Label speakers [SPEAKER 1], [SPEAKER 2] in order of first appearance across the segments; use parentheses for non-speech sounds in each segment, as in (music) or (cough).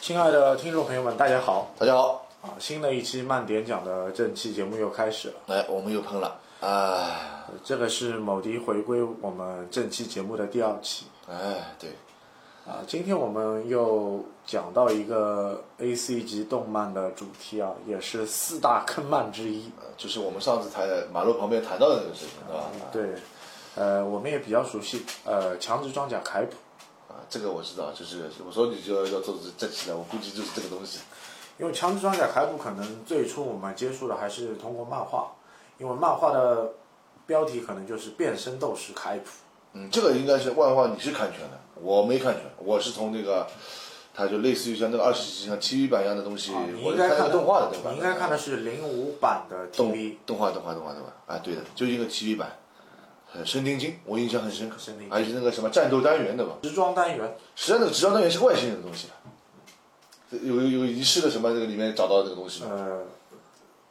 [SPEAKER 1] 亲爱的听众朋友们，大家好！
[SPEAKER 2] 大家好，
[SPEAKER 1] 啊，新的一期慢点讲的正期节目又开始了。
[SPEAKER 2] 哎，我们又喷了，哎，
[SPEAKER 1] 呃这个是某迪回归我们正期节目的第二期
[SPEAKER 2] 哎，对，
[SPEAKER 1] 啊。今天我们又讲到一个 A C 级动漫的主题啊，也是四大坑漫之一。
[SPEAKER 2] 呃就是我们上次谈马路旁边谈到的那个事情，是吧？
[SPEAKER 1] 对，呃，我们也比较熟悉，呃，强制装甲凯普，
[SPEAKER 2] 啊，这个我知道，就是我说你就要要做这期了，我估计就是这个东西。
[SPEAKER 1] 因为强制装甲凯普可能最初我们接触的还是通过漫画，因为漫画的标题可能就是变身斗士凯普。
[SPEAKER 2] 嗯，这个应该是万万你是看全的，我没看全，我是从那个，它就类似于像那个二十集像 TV 版一样的东西，
[SPEAKER 1] 啊你应
[SPEAKER 2] 我是
[SPEAKER 1] 该看
[SPEAKER 2] 看那
[SPEAKER 1] 的
[SPEAKER 2] 个动画的对吧？
[SPEAKER 1] 你应该看的是零五版的
[SPEAKER 2] 动
[SPEAKER 1] TV
[SPEAKER 2] 动画动画动画动画啊，对的，就是一个 TV 版，呃，神丁金，我印象很深刻
[SPEAKER 1] 神丁，金
[SPEAKER 2] 还有那个什么战斗单元对吧？
[SPEAKER 1] 时装单元，
[SPEAKER 2] 实际上，那个直销单元是外星人的东西了。这有有有仪式的什么？这个里面找到这个东西吗？
[SPEAKER 1] 呃，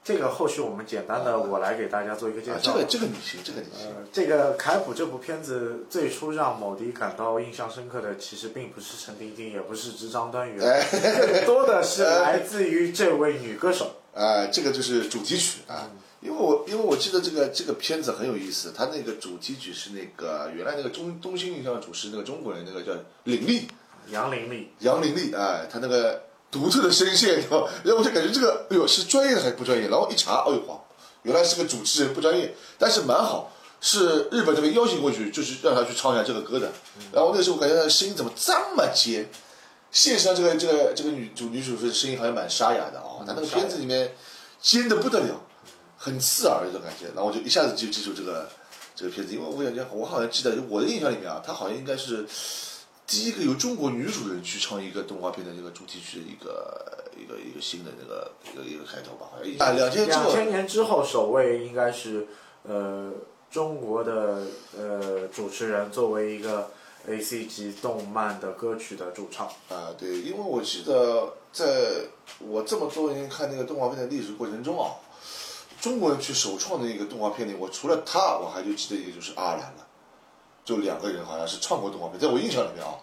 [SPEAKER 1] 这个后续我们简单的我来给大家做一个介
[SPEAKER 2] 啊，这
[SPEAKER 1] 绍。
[SPEAKER 2] 个这个你行，这个你行。
[SPEAKER 1] 呃，这个凯普这部片子最初让某迪感到印象深刻的，其实并不是陈丁丁，也不是直张端元，
[SPEAKER 2] 哎
[SPEAKER 1] 更多的是来自于这位女歌手。
[SPEAKER 2] 啊，这个就是主题曲啊，因为我因为我记得这个这个片子很有意思，它那个主题曲是那个原来那个中中心印象主持那个中国人那个叫林立
[SPEAKER 1] 杨玲丽，
[SPEAKER 2] 杨林立啊，他那个独特的声线，然后让我就感觉这个哎呦是专业的还是不专业？然后一查，哎呦哇，原来是个主持人不专业，但是蛮好。是日本这边邀请过去，就是让他去唱一下这个歌的。然后那时候我感觉他的声音怎么这么尖？现实上这个这个这个女主女主是声音好像蛮沙哑的哦，她那个片子里面尖的不得了，很刺耳的这种感觉。然后我就一下子就记住这个这个片子，因为我感觉我好像记得我的印象里面啊，她好像应该是第一个由中国女主人去唱一个动画片的这个主题曲的一个一个一个新的那个一个一个开头吧，好像啊两千之
[SPEAKER 1] 两
[SPEAKER 2] 后
[SPEAKER 1] 千年之后首位应该是呃中国的呃主持人作为一个 A C 级动漫的歌曲的主唱。
[SPEAKER 2] 啊对，因为我记得在我这么多年看那个动画片的历史过程中啊，中国人去首创的一个动画片里，我除了他，我还就记得一个就是阿兰了，就两个人好像是唱过动画片，在我印象里面啊，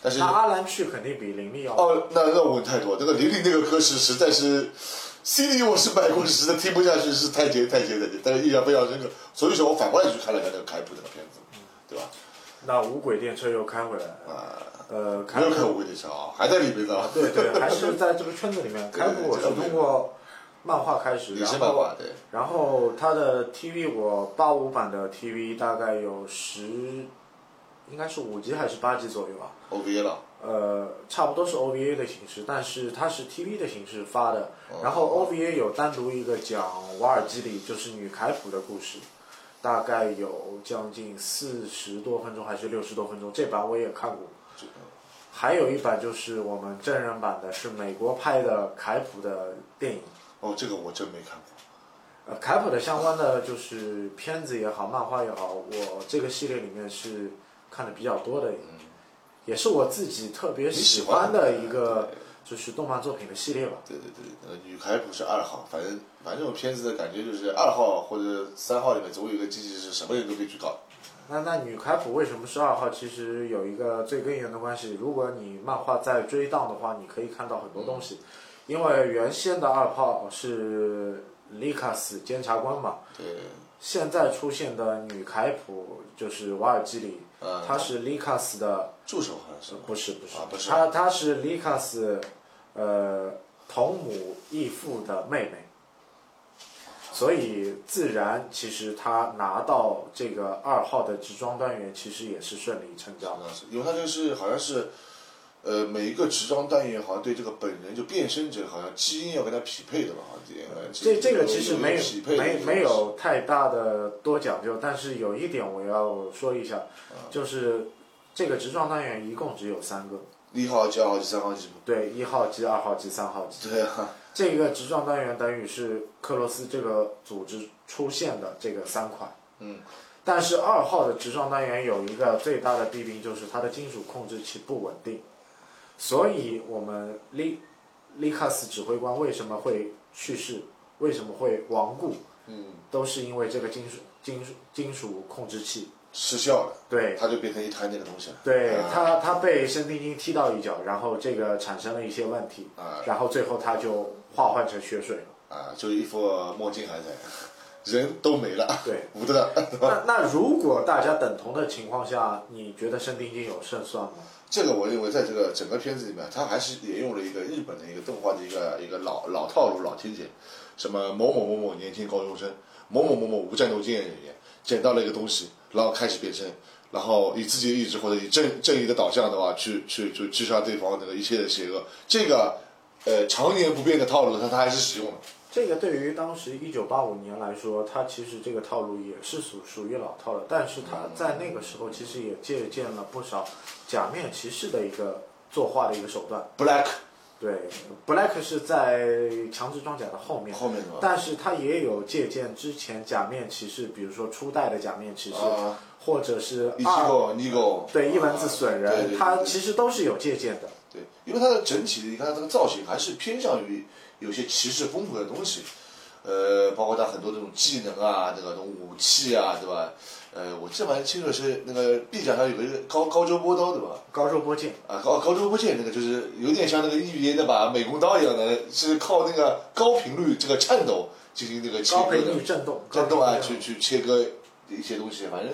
[SPEAKER 2] 但是
[SPEAKER 1] 那阿兰去肯定比林立要
[SPEAKER 2] 哦，那那我问太多，那个林林那个歌是实在是，CD 我是买过，实在听不下去，是太尖太尖太尖，但是印象非常深刻。所以说我反过来去看了一下那个凯普那个片子，对吧？
[SPEAKER 1] 那无轨电车又开回来了。呃，凯
[SPEAKER 2] 没有
[SPEAKER 1] 普
[SPEAKER 2] 看过《无敌城》啊，还在里面呢。
[SPEAKER 1] 对对，还是在这个圈子里面，
[SPEAKER 2] 对
[SPEAKER 1] 凯普我是
[SPEAKER 2] 这个没有
[SPEAKER 1] 通过漫画开始，
[SPEAKER 2] 也
[SPEAKER 1] 然
[SPEAKER 2] 是漫
[SPEAKER 1] 后
[SPEAKER 2] 画对，
[SPEAKER 1] 然后他的 TV 我八五版的 TV 大概有十，应该是五集还是八集左右啊。
[SPEAKER 2] ，OK 了。
[SPEAKER 1] 呃，差不多是 OVA 的形式，但是它是 TV 的形式发的。然后 OVA 有单独一个讲瓦尔基里，就是女凯普的故事，大概有将近四十多分钟还是六十多分钟，这版我也看过。
[SPEAKER 2] 就
[SPEAKER 1] 还有一版就是我们真人版的，是美国拍的凯普的电影。
[SPEAKER 2] 哦，这个我真没看过。
[SPEAKER 1] 呃，凯普的相关的就是片子也好，漫画也好，我这个系列里面是看的比较多的，也是我自己特别
[SPEAKER 2] 你喜
[SPEAKER 1] 嗯喜
[SPEAKER 2] 欢
[SPEAKER 1] 欢
[SPEAKER 2] 的
[SPEAKER 1] 的一个就是动漫作品的系列吧。
[SPEAKER 2] 对对对，那个呃女凯普是二号，反正反正这种片子的感觉就是二号或者三号里面总有一个机器是什么人都可以去搞。
[SPEAKER 1] 那那女凯普为什么是二号？其实有一个最根源的关系。如果你漫画在追档的话，你可以看到很多东西，因为原先的二号是里卡斯监察官嘛，
[SPEAKER 2] 对，
[SPEAKER 1] 现在出现的女凯普就是瓦尔基里，
[SPEAKER 2] 嗯
[SPEAKER 1] 她是里卡斯的，
[SPEAKER 2] 助手好像是吧。
[SPEAKER 1] 不是不是，
[SPEAKER 2] 啊不是
[SPEAKER 1] 她她是里卡斯，呃，同母异父的妹妹。所以自然，其实她拿到这个二号的直装单元，其实也是顺理成章
[SPEAKER 2] 好。像是，因为他就是好像是，呃，每一个职装单元好像对这个本人就变身者好像基因要跟他匹配的吧，好像这个
[SPEAKER 1] 这这个其实没有
[SPEAKER 2] 匹配的
[SPEAKER 1] 没
[SPEAKER 2] 这个
[SPEAKER 1] 没有太大的多讲究，但是有一点我要说一下，
[SPEAKER 2] 啊
[SPEAKER 1] 就是这个直撞单元一共只有三个，
[SPEAKER 2] 一号机、二号机、三号机嘛，
[SPEAKER 1] 对，一号机、二号机、三号机。
[SPEAKER 2] 对啊，
[SPEAKER 1] 这个直撞单元等于是克罗斯这个组织出现的这个三款。
[SPEAKER 2] 嗯。
[SPEAKER 1] 但是二号的直撞单元有一个最大的弊病，就是它的金属控制器不稳定，所以我们利利卡斯指挥官为什么会去世，为什么会亡故，
[SPEAKER 2] 嗯，
[SPEAKER 1] 都是因为这个金属金属金属控制器
[SPEAKER 2] 失效了，
[SPEAKER 1] 对
[SPEAKER 2] 它就变成一滩那个东西了。
[SPEAKER 1] 对
[SPEAKER 2] 啊
[SPEAKER 1] 他，他被申丁金踢到一脚，然后这个产生了一些问题，
[SPEAKER 2] 啊
[SPEAKER 1] 然后最后他就化换成血水了。
[SPEAKER 2] 啊，就是一副梦境还在，人都没了，
[SPEAKER 1] 对，
[SPEAKER 2] (laughs) 无的了。
[SPEAKER 1] 那那如果大家等同的情况下，你觉得申丁金有胜算吗？
[SPEAKER 2] 这个我认为在这个整个片子里面，它还是沿用了一个日本的一个动画的一个一个老老套路、老情节，什么某某某某年轻高中生，某某某某无战斗经验人员捡到了一个东西，然后开始变身，然后以自己的意志或者以正正义的导向的话，去去去击杀对方那个一切的邪恶，这个呃常年不变的套路，它它还是使用了。
[SPEAKER 1] 这个对于当时一九八五年来说，它其实这个套路也是属属于老套了，但是它在那个时候其实也借鉴了不少假面骑士的一个作画的一个手段。
[SPEAKER 2] Black
[SPEAKER 1] 对，Black 是在强制装甲的后面，
[SPEAKER 2] 后面的吧
[SPEAKER 1] 但是它也有借鉴之前假面骑士，比如说初代的假面骑士，
[SPEAKER 2] 啊
[SPEAKER 1] 或者是
[SPEAKER 2] n i
[SPEAKER 1] 二
[SPEAKER 2] g o n i g o
[SPEAKER 1] 啊对一文字损
[SPEAKER 2] 对对
[SPEAKER 1] 人，
[SPEAKER 2] 对
[SPEAKER 1] 它
[SPEAKER 2] 对
[SPEAKER 1] 其实都是有借鉴的。
[SPEAKER 2] 对，因为它的整体，你看它这个造型还是偏向于有些骑士风格的东西，呃，包括它很多这种技能啊，这个这种武器啊，对吧？呃，我记得蛮清楚是那个 B 站上有个高高周波刀，对吧？
[SPEAKER 1] 高周波剑，
[SPEAKER 2] 啊，高高周波剑那个就是有点像那个 EVA 那把美工刀一样的，是靠那个高频率这个颤抖进行那个切
[SPEAKER 1] 高
[SPEAKER 2] 割
[SPEAKER 1] 频
[SPEAKER 2] 的
[SPEAKER 1] 率震动，
[SPEAKER 2] 战斗啊，
[SPEAKER 1] 高频
[SPEAKER 2] 去
[SPEAKER 1] 率
[SPEAKER 2] 去切割一些东西，反正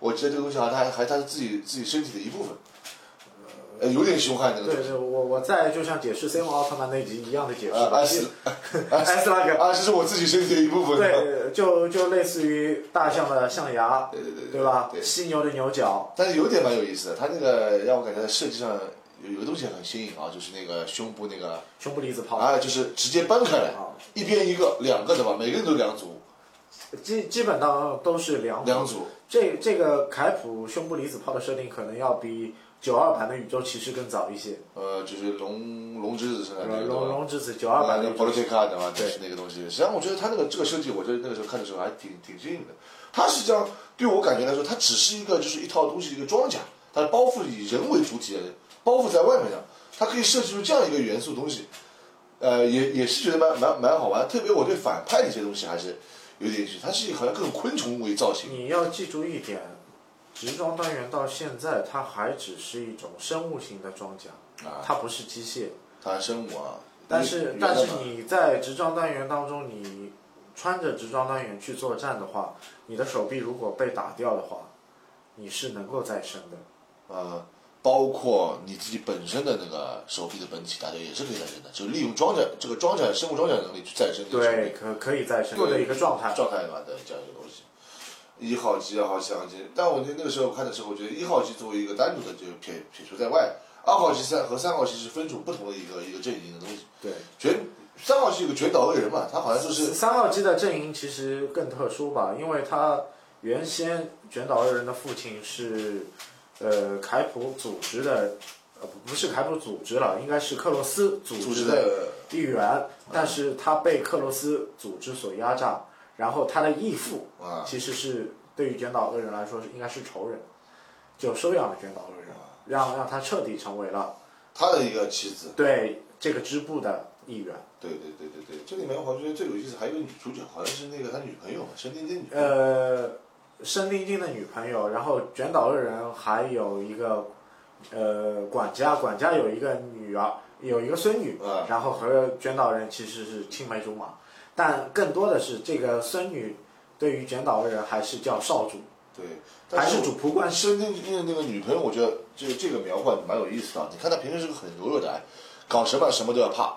[SPEAKER 2] 我记得这个东西好像还还它是自己自己身体的一部分，呃，有点凶悍那个东
[SPEAKER 1] 对
[SPEAKER 2] 西。
[SPEAKER 1] 对，我我在就像解释 C 罗奥特曼那集一样的解释
[SPEAKER 2] 呃，
[SPEAKER 1] 吧，
[SPEAKER 2] 安
[SPEAKER 1] 其
[SPEAKER 2] 斯
[SPEAKER 1] 实艾斯拉格，
[SPEAKER 2] 啊，这是我自己身体的一部分。，啊
[SPEAKER 1] 对，就就类似于大象的象牙，
[SPEAKER 2] 呃对对对
[SPEAKER 1] 对吧？
[SPEAKER 2] 对
[SPEAKER 1] 犀牛的牛角，
[SPEAKER 2] 但是有点蛮有意思的，它那个让我感觉在设计上有有个东西很新颖啊，就是那个胸部那个
[SPEAKER 1] 胸部离子炮，
[SPEAKER 2] 啊，就是直接搬开来，
[SPEAKER 1] 啊
[SPEAKER 2] 一边一个，两个的吧，每个人都两组，
[SPEAKER 1] 基基本上都是两
[SPEAKER 2] 两组。
[SPEAKER 1] 这这个凯普胸部离子炮的设定可能要比九二版的宇宙骑士更早一些，
[SPEAKER 2] 呃，就是龙龙之子身上
[SPEAKER 1] 龙
[SPEAKER 2] 那呃个对吧
[SPEAKER 1] 龙之子九二
[SPEAKER 2] 啊，
[SPEAKER 1] 版的
[SPEAKER 2] 那个
[SPEAKER 1] 宇
[SPEAKER 2] 博
[SPEAKER 1] 宙
[SPEAKER 2] 洛
[SPEAKER 1] 骑
[SPEAKER 2] 克
[SPEAKER 1] 士，
[SPEAKER 2] 卡的嘛，就
[SPEAKER 1] 对
[SPEAKER 2] 是那个东西。实际上，我觉得他那个这个设计，我觉得那个时候看的时候还挺挺新颖的。它实际上对我感觉来说，它只是一个就是一套东西，一个装甲，它包覆以人为主体的，包覆在外面的，它可以设计出这样一个元素东西。呃，也也是觉得蛮蛮蛮好玩，特别我对反派的一些东西还是有点兴趣。它是以好像各种昆虫为造型，
[SPEAKER 1] 你要记住一点，直装单元到现在它还只是一种生物型的装甲，
[SPEAKER 2] 啊
[SPEAKER 1] 它不是机械。
[SPEAKER 2] 它生物啊，
[SPEAKER 1] 但是
[SPEAKER 2] 鱼
[SPEAKER 1] 但是
[SPEAKER 2] 鱼啊
[SPEAKER 1] 你在直装单元当中，你穿着直装单元去作战的话，你的手臂如果被打掉的话，你是能够再生的。
[SPEAKER 2] 呃，包括你自己本身的那个手臂的本体，大家也是可以再生的，就利用装甲这个装甲生物装甲能力去再生这个手
[SPEAKER 1] 对，
[SPEAKER 2] 臂
[SPEAKER 1] 可可以再生的一个状态。
[SPEAKER 2] 状态嘛对，这样一个东西。一号机、二号机、三号机，但我觉得那个时候看的时候，我觉得一号机作为一个单独的就撇撇除在外，二号机、三和三号机是分属不同的一个一个阵营的东西。
[SPEAKER 1] 对，
[SPEAKER 2] 卷三号机有个卷岛恶人嘛，他好像就是
[SPEAKER 1] 三号机的阵营其实更特殊吧，因为他原先卷岛二人的父亲是，呃，凯普组织的，呃，不不是凯普组织了，应该是克罗斯组
[SPEAKER 2] 组
[SPEAKER 1] 织
[SPEAKER 2] 织
[SPEAKER 1] 的
[SPEAKER 2] 的
[SPEAKER 1] 一员，但是他被克罗斯组织所压榨，然后他的义父
[SPEAKER 2] 啊
[SPEAKER 1] 其实是对于卷岛恶人来说是应该是仇人，就收养了卷岛恶人，
[SPEAKER 2] 啊
[SPEAKER 1] 让让他彻底成为了
[SPEAKER 2] 他的一个妻子。
[SPEAKER 1] 对这个支部的一员。
[SPEAKER 2] 对对对对对，这里面我好像觉得最有意思还有一个女主角，好像是那个他女朋友嘛，神丁丁女朋友。
[SPEAKER 1] 呃，申丁丁的女朋友，然后卷岛恶人还有一个呃管家，管家有一个女儿，有一个孙女，
[SPEAKER 2] 啊
[SPEAKER 1] 然后和卷岛恶人其实是青梅竹马，但更多的是这个孙女对于卷岛恶人还是叫少主，
[SPEAKER 2] 对，但
[SPEAKER 1] 还
[SPEAKER 2] 是
[SPEAKER 1] 是
[SPEAKER 2] 我
[SPEAKER 1] 主仆关系。
[SPEAKER 2] 生那那那个女朋友，我觉得这个这个描绘蛮有意思的啊。你看她平时是个很柔弱的，哎，搞什么什么都要怕，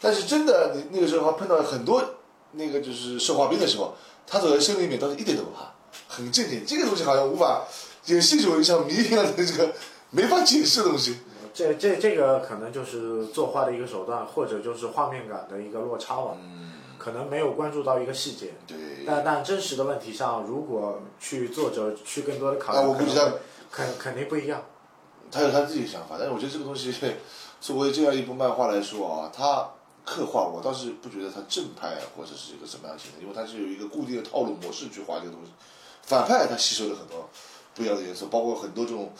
[SPEAKER 2] 但是真的你那个时候碰到很多那个就是受滑冰的时候，她走在森林里面倒是一点都不怕，很镇定。这个东西好像无法，也是一种像谜一样的这个没法解释的东西。
[SPEAKER 1] 这这这个可能就是作画的一个手段，或者就是画面感的一个落差吧。嗯，可能没有关注到一个细节。
[SPEAKER 2] 对，
[SPEAKER 1] 但但真实的问题上，如果去作者去更多的考虑，
[SPEAKER 2] 那我估计他
[SPEAKER 1] 肯肯定不一样。
[SPEAKER 2] 他有他自己的想法，但是我觉得这个东西， (laughs) 作为这样一部漫画来说啊，它刻画我倒是不觉得它正派啊或者是一个什么样型的，因为它是有一个固定的套路模式去画这个东西。反派它吸收了很多不一样的元素，包括很多这种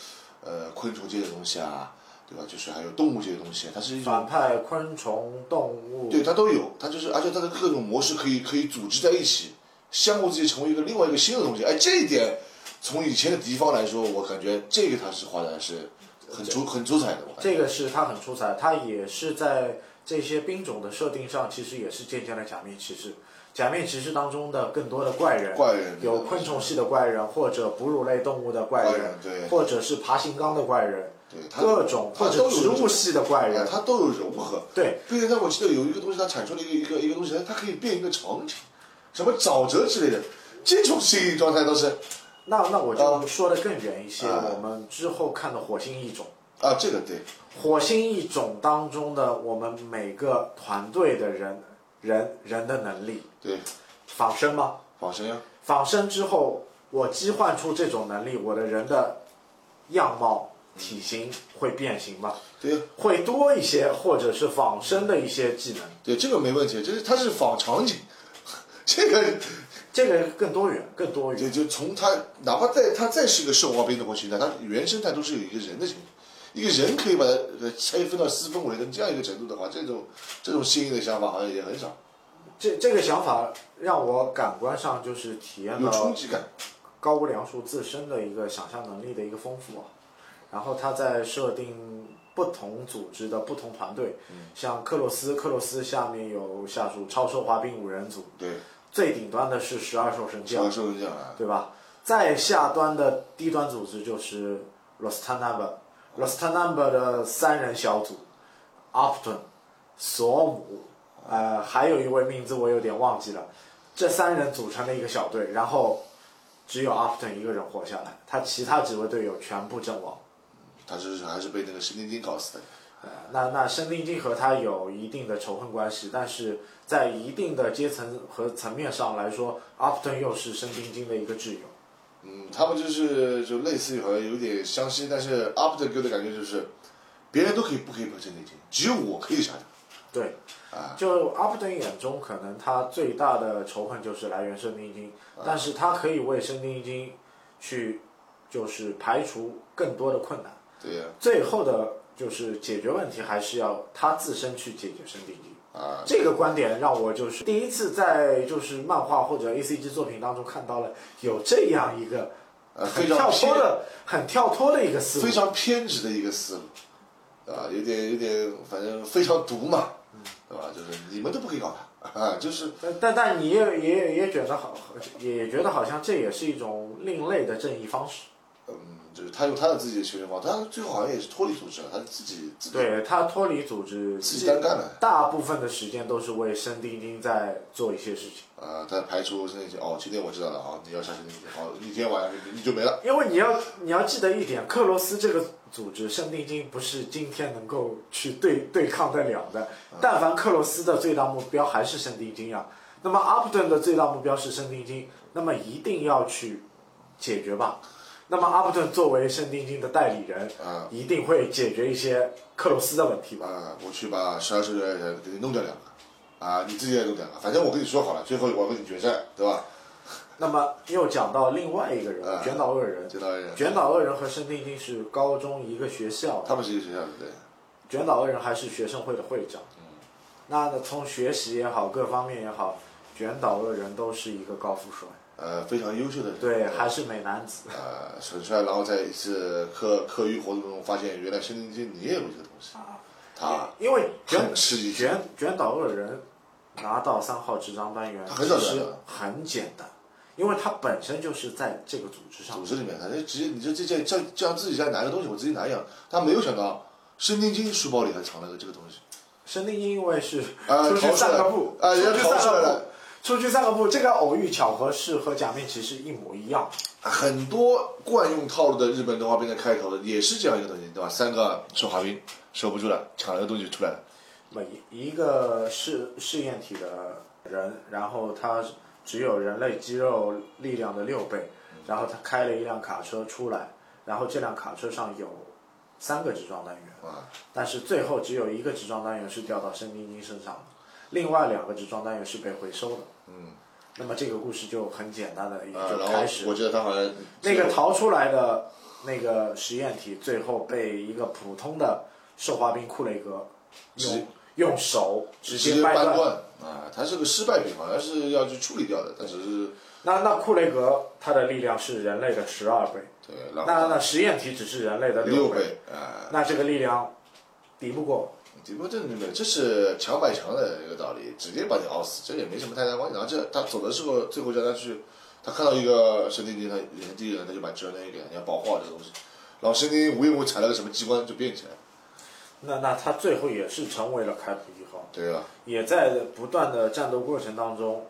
[SPEAKER 2] 呃昆虫界的东西啊，对吧？就是还有动物界的东西啊，它是一种
[SPEAKER 1] 反派、昆虫、动物，
[SPEAKER 2] 对它都有，它就是而且它的各种模式可以可以组织在一起，相互之间成为一个另外一个新的东西。哎，这一点从以前的敌方来说，我感觉这个他是画的是很出很出彩的。我感觉
[SPEAKER 1] 这个是他很出彩，他也是在这些兵种的设定上，其实也是借鉴了假面骑士。假面骑士当中的更多的怪人，
[SPEAKER 2] 怪人
[SPEAKER 1] 有昆虫系的怪人，或者哺乳类动物的怪
[SPEAKER 2] 怪
[SPEAKER 1] 人
[SPEAKER 2] 人，对
[SPEAKER 1] 或者是爬行纲的怪人，
[SPEAKER 2] 对他
[SPEAKER 1] 各种
[SPEAKER 2] 他
[SPEAKER 1] 或
[SPEAKER 2] 都
[SPEAKER 1] 者
[SPEAKER 2] 有
[SPEAKER 1] 植物系的怪
[SPEAKER 2] 哎
[SPEAKER 1] 人，
[SPEAKER 2] 他都有融合。
[SPEAKER 1] 对，
[SPEAKER 2] 并且在我记得有一个东西，他产出了一个一个一个东西，它它可以变一个场景，什么沼泽之类的，这种心理状态倒是
[SPEAKER 1] 那那我就
[SPEAKER 2] 呃
[SPEAKER 1] 说的更远一些，
[SPEAKER 2] 啊
[SPEAKER 1] 我们之后看的火星异种，
[SPEAKER 2] 啊，这个对，
[SPEAKER 1] 火星异种当中的我们每个团队的人人人的能力，
[SPEAKER 2] 对，
[SPEAKER 1] 仿生吗？
[SPEAKER 2] 仿生呀，
[SPEAKER 1] 仿生之后，我激换出这种能力，我的人的样貌、体型会变形吗？
[SPEAKER 2] 对呀
[SPEAKER 1] 会多一些，或者是仿生的一些技能，
[SPEAKER 2] 对，这个没问题，这是它是仿场景，这个
[SPEAKER 1] 这个更多元，更多
[SPEAKER 2] 就
[SPEAKER 1] 元。
[SPEAKER 2] 就从他哪怕再他再是一个兽王兵的活形态，他原生态都是有一个人的形态，一个人可以把它呃拆分到四分五裂成这样一个程度的话，这种这种新颖的想法好像也很少，
[SPEAKER 1] 这这个想法让我感官上就是体验
[SPEAKER 2] 有冲
[SPEAKER 1] 到
[SPEAKER 2] 击感。
[SPEAKER 1] 高屋梁树自身的一个想象能力的一个丰富啊。然后他在设定不同组织的不同团队，像克洛斯，克洛斯下面有下属超兽滑冰五人组，
[SPEAKER 2] 对，
[SPEAKER 1] 最顶端的是十二兽神
[SPEAKER 2] 小
[SPEAKER 1] 将，
[SPEAKER 2] 时候是这样啊，
[SPEAKER 1] 对吧？再下端的低端组织就是 r o s t a n a m b e r r o s t a n a m b e r 的三人小组 a p t o n 索姆，呃，还有一位名字我有点忘记了，这三人组成了一个小队，然后只有 a p t o n 一个人活下来，他其他几位队友全部阵亡。
[SPEAKER 2] 他是还是被那个神经精搞死的。
[SPEAKER 1] 呃那那申定金和他有一定的仇恨关系，但是在一定的阶层和层面上来说 a p t o n 又是申定金的一个挚友。
[SPEAKER 2] 嗯，他们就是就类似于好像有点相吸，但是 up 的给我的感觉就是，别人都可以不可以碰陈立金，只有我可以杀他。
[SPEAKER 1] 对，
[SPEAKER 2] 啊
[SPEAKER 1] 就阿布顿眼中，可能他最大的仇恨就是来源圣丁金，
[SPEAKER 2] 啊
[SPEAKER 1] 但是他可以为圣丁金去就是排除更多的困难，
[SPEAKER 2] 对呀、
[SPEAKER 1] 最后的就是解决问题还是要他自身去解决圣丁金。
[SPEAKER 2] 啊，
[SPEAKER 1] 这个观点让我就是第一次在就是漫画或者 A C G 作品当中看到了有这样一个 (laughs)
[SPEAKER 2] 呃
[SPEAKER 1] 很
[SPEAKER 2] 非常
[SPEAKER 1] 跳
[SPEAKER 2] 偏
[SPEAKER 1] 脱的、很跳脱的一个思
[SPEAKER 2] 非
[SPEAKER 1] 路。
[SPEAKER 2] 常偏执的一个思路，啊，有点有点，反正非常毒嘛，对吧？就是你们都不可以搞他，啊，就是
[SPEAKER 1] 但但但你也也也觉得好，也觉得好像这也是一种另类的正义方式。
[SPEAKER 2] 嗯，就是他用他的自己的求生方法，他最后好像也是脱离组织了，他自己自己
[SPEAKER 1] 对他脱离组织，
[SPEAKER 2] 自己单干了，
[SPEAKER 1] 大部分的时间都是为申丁丁在做一些事情，
[SPEAKER 2] 啊，他排除那些哦，今天我知道了，哦，你要杀神经精，哦，你今天晚上你你就没了，
[SPEAKER 1] 因为你要你要记得一点，克罗斯这个组织申丁丁不是今天能够去对对抗得了的，但凡克罗斯的最大目标还是申丁丁啊，那么阿普顿的最大目标是申丁丁，那么一定要去解决吧。那么阿普顿作为申丁丁的代理人，
[SPEAKER 2] 啊。
[SPEAKER 1] 一定会解决一些克罗斯的问题吧？
[SPEAKER 2] 啊，我去把十二岁的人呃给你弄掉两个，啊，你自己也弄两个，反正我跟你说好了，最后我跟你决战，对吧？
[SPEAKER 1] 那么又讲到另外一个人
[SPEAKER 2] 啊
[SPEAKER 1] 物，卷岛恶人，
[SPEAKER 2] 知道人，
[SPEAKER 1] 卷岛恶人和申定金是高中一个学校的，
[SPEAKER 2] 他们是一个学校的，对，
[SPEAKER 1] 卷岛恶人还是学生会的会长。
[SPEAKER 2] 嗯
[SPEAKER 1] 那从学习也好，各方面也好，卷岛恶人都是一个高富帅，
[SPEAKER 2] 呃，非常优秀的人，
[SPEAKER 1] 对，还是美男子。
[SPEAKER 2] 呃，很帅，然后在一次课课余活动中发现，原来申定金你也有这个东西，他
[SPEAKER 1] 因为卷
[SPEAKER 2] 很吃一惊，
[SPEAKER 1] 卷卷岛恶人拿到三号执掌班员，
[SPEAKER 2] 他
[SPEAKER 1] 其
[SPEAKER 2] 很早就拿
[SPEAKER 1] 实
[SPEAKER 2] 到了
[SPEAKER 1] 很简单，因为他本身就是在这个组织上
[SPEAKER 2] 组。织里面，他就直接你就这件这这样自己家拿个东西，我自己拿一样，他没有想到申定金书包里还藏了个这个东西，
[SPEAKER 1] 申定金因为是
[SPEAKER 2] 啊，
[SPEAKER 1] 出去
[SPEAKER 2] 逃出
[SPEAKER 1] 散
[SPEAKER 2] 来
[SPEAKER 1] 个步
[SPEAKER 2] 了，，啊，人
[SPEAKER 1] 出
[SPEAKER 2] 家
[SPEAKER 1] 去
[SPEAKER 2] 逃
[SPEAKER 1] 散
[SPEAKER 2] 出
[SPEAKER 1] 个
[SPEAKER 2] 来了
[SPEAKER 1] 步。，出去散个步，这个偶遇巧合是和假面骑士一模一样。
[SPEAKER 2] 很多惯用套路的日本动画片的开头也是这样一个东西，对吧？三个手滑冰守不住了，抢了个东西出来了，
[SPEAKER 1] 每一个试试验体的人，然后他只有人类肌肉力量的六倍，然后他开了一辆卡车出来，然后这辆卡车上有三个植装单元，
[SPEAKER 2] 啊，
[SPEAKER 1] 但是最后只有一个植装单元是掉到申丁金身上的，另外两个植装单元是被回收的。嗯，那么这个故事就很简单的也
[SPEAKER 2] 呃，
[SPEAKER 1] 就
[SPEAKER 2] 然
[SPEAKER 1] 啊开
[SPEAKER 2] 后
[SPEAKER 1] 始了。
[SPEAKER 2] 我记得他好像
[SPEAKER 1] 那个逃出来的那个实验体，最后被一个普通的兽滑兵库雷格
[SPEAKER 2] 直
[SPEAKER 1] 用用手直
[SPEAKER 2] 直接
[SPEAKER 1] 掰
[SPEAKER 2] 掰断啊，它是个失败品，好像是要去处理掉的，但只是
[SPEAKER 1] 那那库雷格他的力量是人类的十二倍，
[SPEAKER 2] 对，
[SPEAKER 1] 那
[SPEAKER 2] 然后
[SPEAKER 1] 那实验体只是人类的
[SPEAKER 2] 六
[SPEAKER 1] 倍，
[SPEAKER 2] 倍啊，
[SPEAKER 1] 那这个力量敌不过。
[SPEAKER 2] 只不过这里面这是强买强的一个道理，直接把你熬死，这也没什么太大关系。然后这他走的时候，最后叫他去，他看到一个神经病，他人第一人他就把直男给他，你要保护好这个东西。然后神经病无缘无故踩了个什么机关就变起来了，
[SPEAKER 1] 那那他最后也是成为了开普一号，
[SPEAKER 2] 对啊，
[SPEAKER 1] 也在不断的战斗过程当中，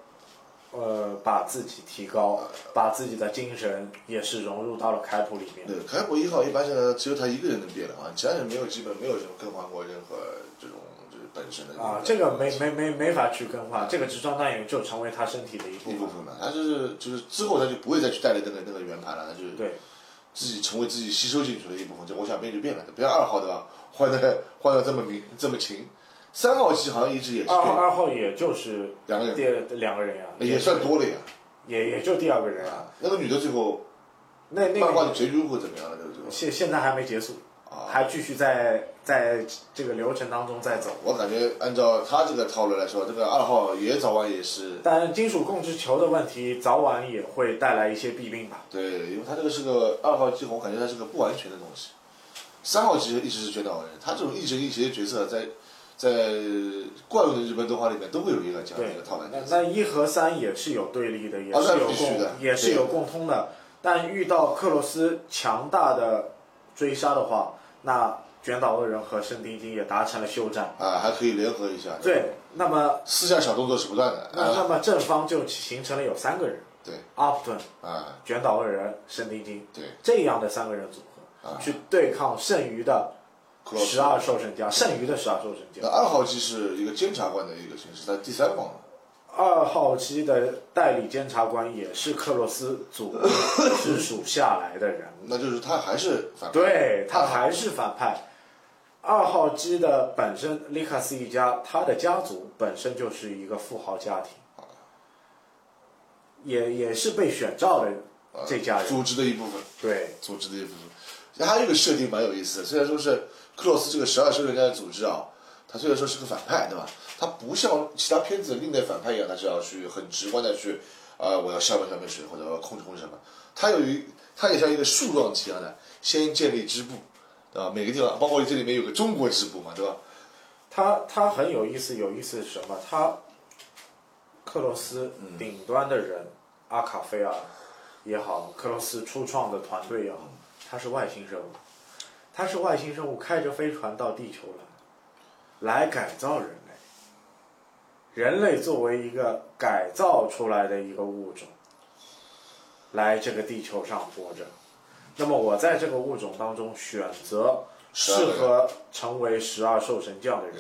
[SPEAKER 1] 呃，把自己提高，把自己的精神也是融入到了开普里面。
[SPEAKER 2] 对，凯普一号一般现在只有他一个人能变的，好啊像其他人没有，基本没有人更换过任何这种就是本身的
[SPEAKER 1] 啊，这个没没没没法去更换，这个直装单元就成为他身体的一部
[SPEAKER 2] 一部
[SPEAKER 1] 分。
[SPEAKER 2] 分嘛，他就是就是之后他就不会再去带着那个那个圆盘了，他就是
[SPEAKER 1] 对，
[SPEAKER 2] 自己成为自己吸收进去的一部分，就我想变就变了，不像二号对吧？换的换的这么明这么勤，三号机好像一直也是
[SPEAKER 1] 二号
[SPEAKER 2] 变
[SPEAKER 1] 二号也就是
[SPEAKER 2] 两个人，
[SPEAKER 1] 第二两个人呀、
[SPEAKER 2] 也算多了呀。
[SPEAKER 1] 也也就第二个人啊。
[SPEAKER 2] 啊，那个女的最后
[SPEAKER 1] 那那
[SPEAKER 2] 漫画
[SPEAKER 1] 个
[SPEAKER 2] 的结局会怎么样呢？那个最后
[SPEAKER 1] 现现在还没结束，
[SPEAKER 2] 啊，
[SPEAKER 1] 还继续在在这个流程当中在走。
[SPEAKER 2] 我感觉按照他这个套路来说，这个二号也早晚也是
[SPEAKER 1] 但金属控制球的问题早晚也会带来一些弊病吧。
[SPEAKER 2] 对，因为他这个是个二号机，我感觉他是个不完全的东西。三号机一直是卷导人，他这种亦正亦邪的角色在，在惯用的日本动画里面都会有一个这样的一
[SPEAKER 1] 对
[SPEAKER 2] 个套板角
[SPEAKER 1] 那
[SPEAKER 2] 色。
[SPEAKER 1] 那一和三也是有对立的，也
[SPEAKER 2] 哦那
[SPEAKER 1] 是有
[SPEAKER 2] 必须
[SPEAKER 1] 共
[SPEAKER 2] 的
[SPEAKER 1] 也是
[SPEAKER 2] 对
[SPEAKER 1] 有共通的。但遇到克罗斯强大的追杀的话，那卷岛恶人和圣丁金也达成了休战。
[SPEAKER 2] 啊，还可以联合一下，，
[SPEAKER 1] 对，那么
[SPEAKER 2] 私下小动作是不断的，
[SPEAKER 1] 那那
[SPEAKER 2] 啊，
[SPEAKER 1] 么正方就形成了有三个人，
[SPEAKER 2] 对，
[SPEAKER 1] 阿普顿、
[SPEAKER 2] 啊，
[SPEAKER 1] 卷岛恶人、圣丁金
[SPEAKER 2] 对，
[SPEAKER 1] 这样的三个人组合，
[SPEAKER 2] 啊
[SPEAKER 1] 去对抗剩余的
[SPEAKER 2] 克劳
[SPEAKER 1] 十
[SPEAKER 2] 斯。嗯
[SPEAKER 1] 二兽神家，剩余的十二兽神家
[SPEAKER 2] 那。二号机是一个监察官的一个形式，但第三方了，
[SPEAKER 1] 二号机的代理监察官也是克洛斯组 (coughs) 直属下来的人物，
[SPEAKER 2] 那就是他还是反派，
[SPEAKER 1] 对他还是反派。二号机的本身，里卡斯一家，他的家族本身就是一个富豪家庭，也也是被选召的这家人。
[SPEAKER 2] 组织的一部分。
[SPEAKER 1] 对，
[SPEAKER 2] 组织的一部分。还有一个设定蛮有意思的，虽然说是克洛斯这个十二生人家的组织啊，他虽然说是个反派，对吧？他不像其他片子的另类反派一样，他是要去很直观的去，呃，我要消灭消灭谁，或者我要控制控制什么。他有一，他也像一个树状体一样的，先建立支部，对吧？每个地方，包括这里面有个中国支部嘛，对吧？
[SPEAKER 1] 他他很有意思，有意思是什么？他克罗斯
[SPEAKER 2] 嗯
[SPEAKER 1] 顶端的人、阿卡菲尔也好，克罗斯初创的团队也好，他是外星生物，他是外星生物，开着飞船到地球来，来改造人类。人类作为一个改造出来的一个物种，来这个地球上活着。那么我在这个物种当中选择适
[SPEAKER 2] 12个人
[SPEAKER 1] 合成为十二兽神教的人，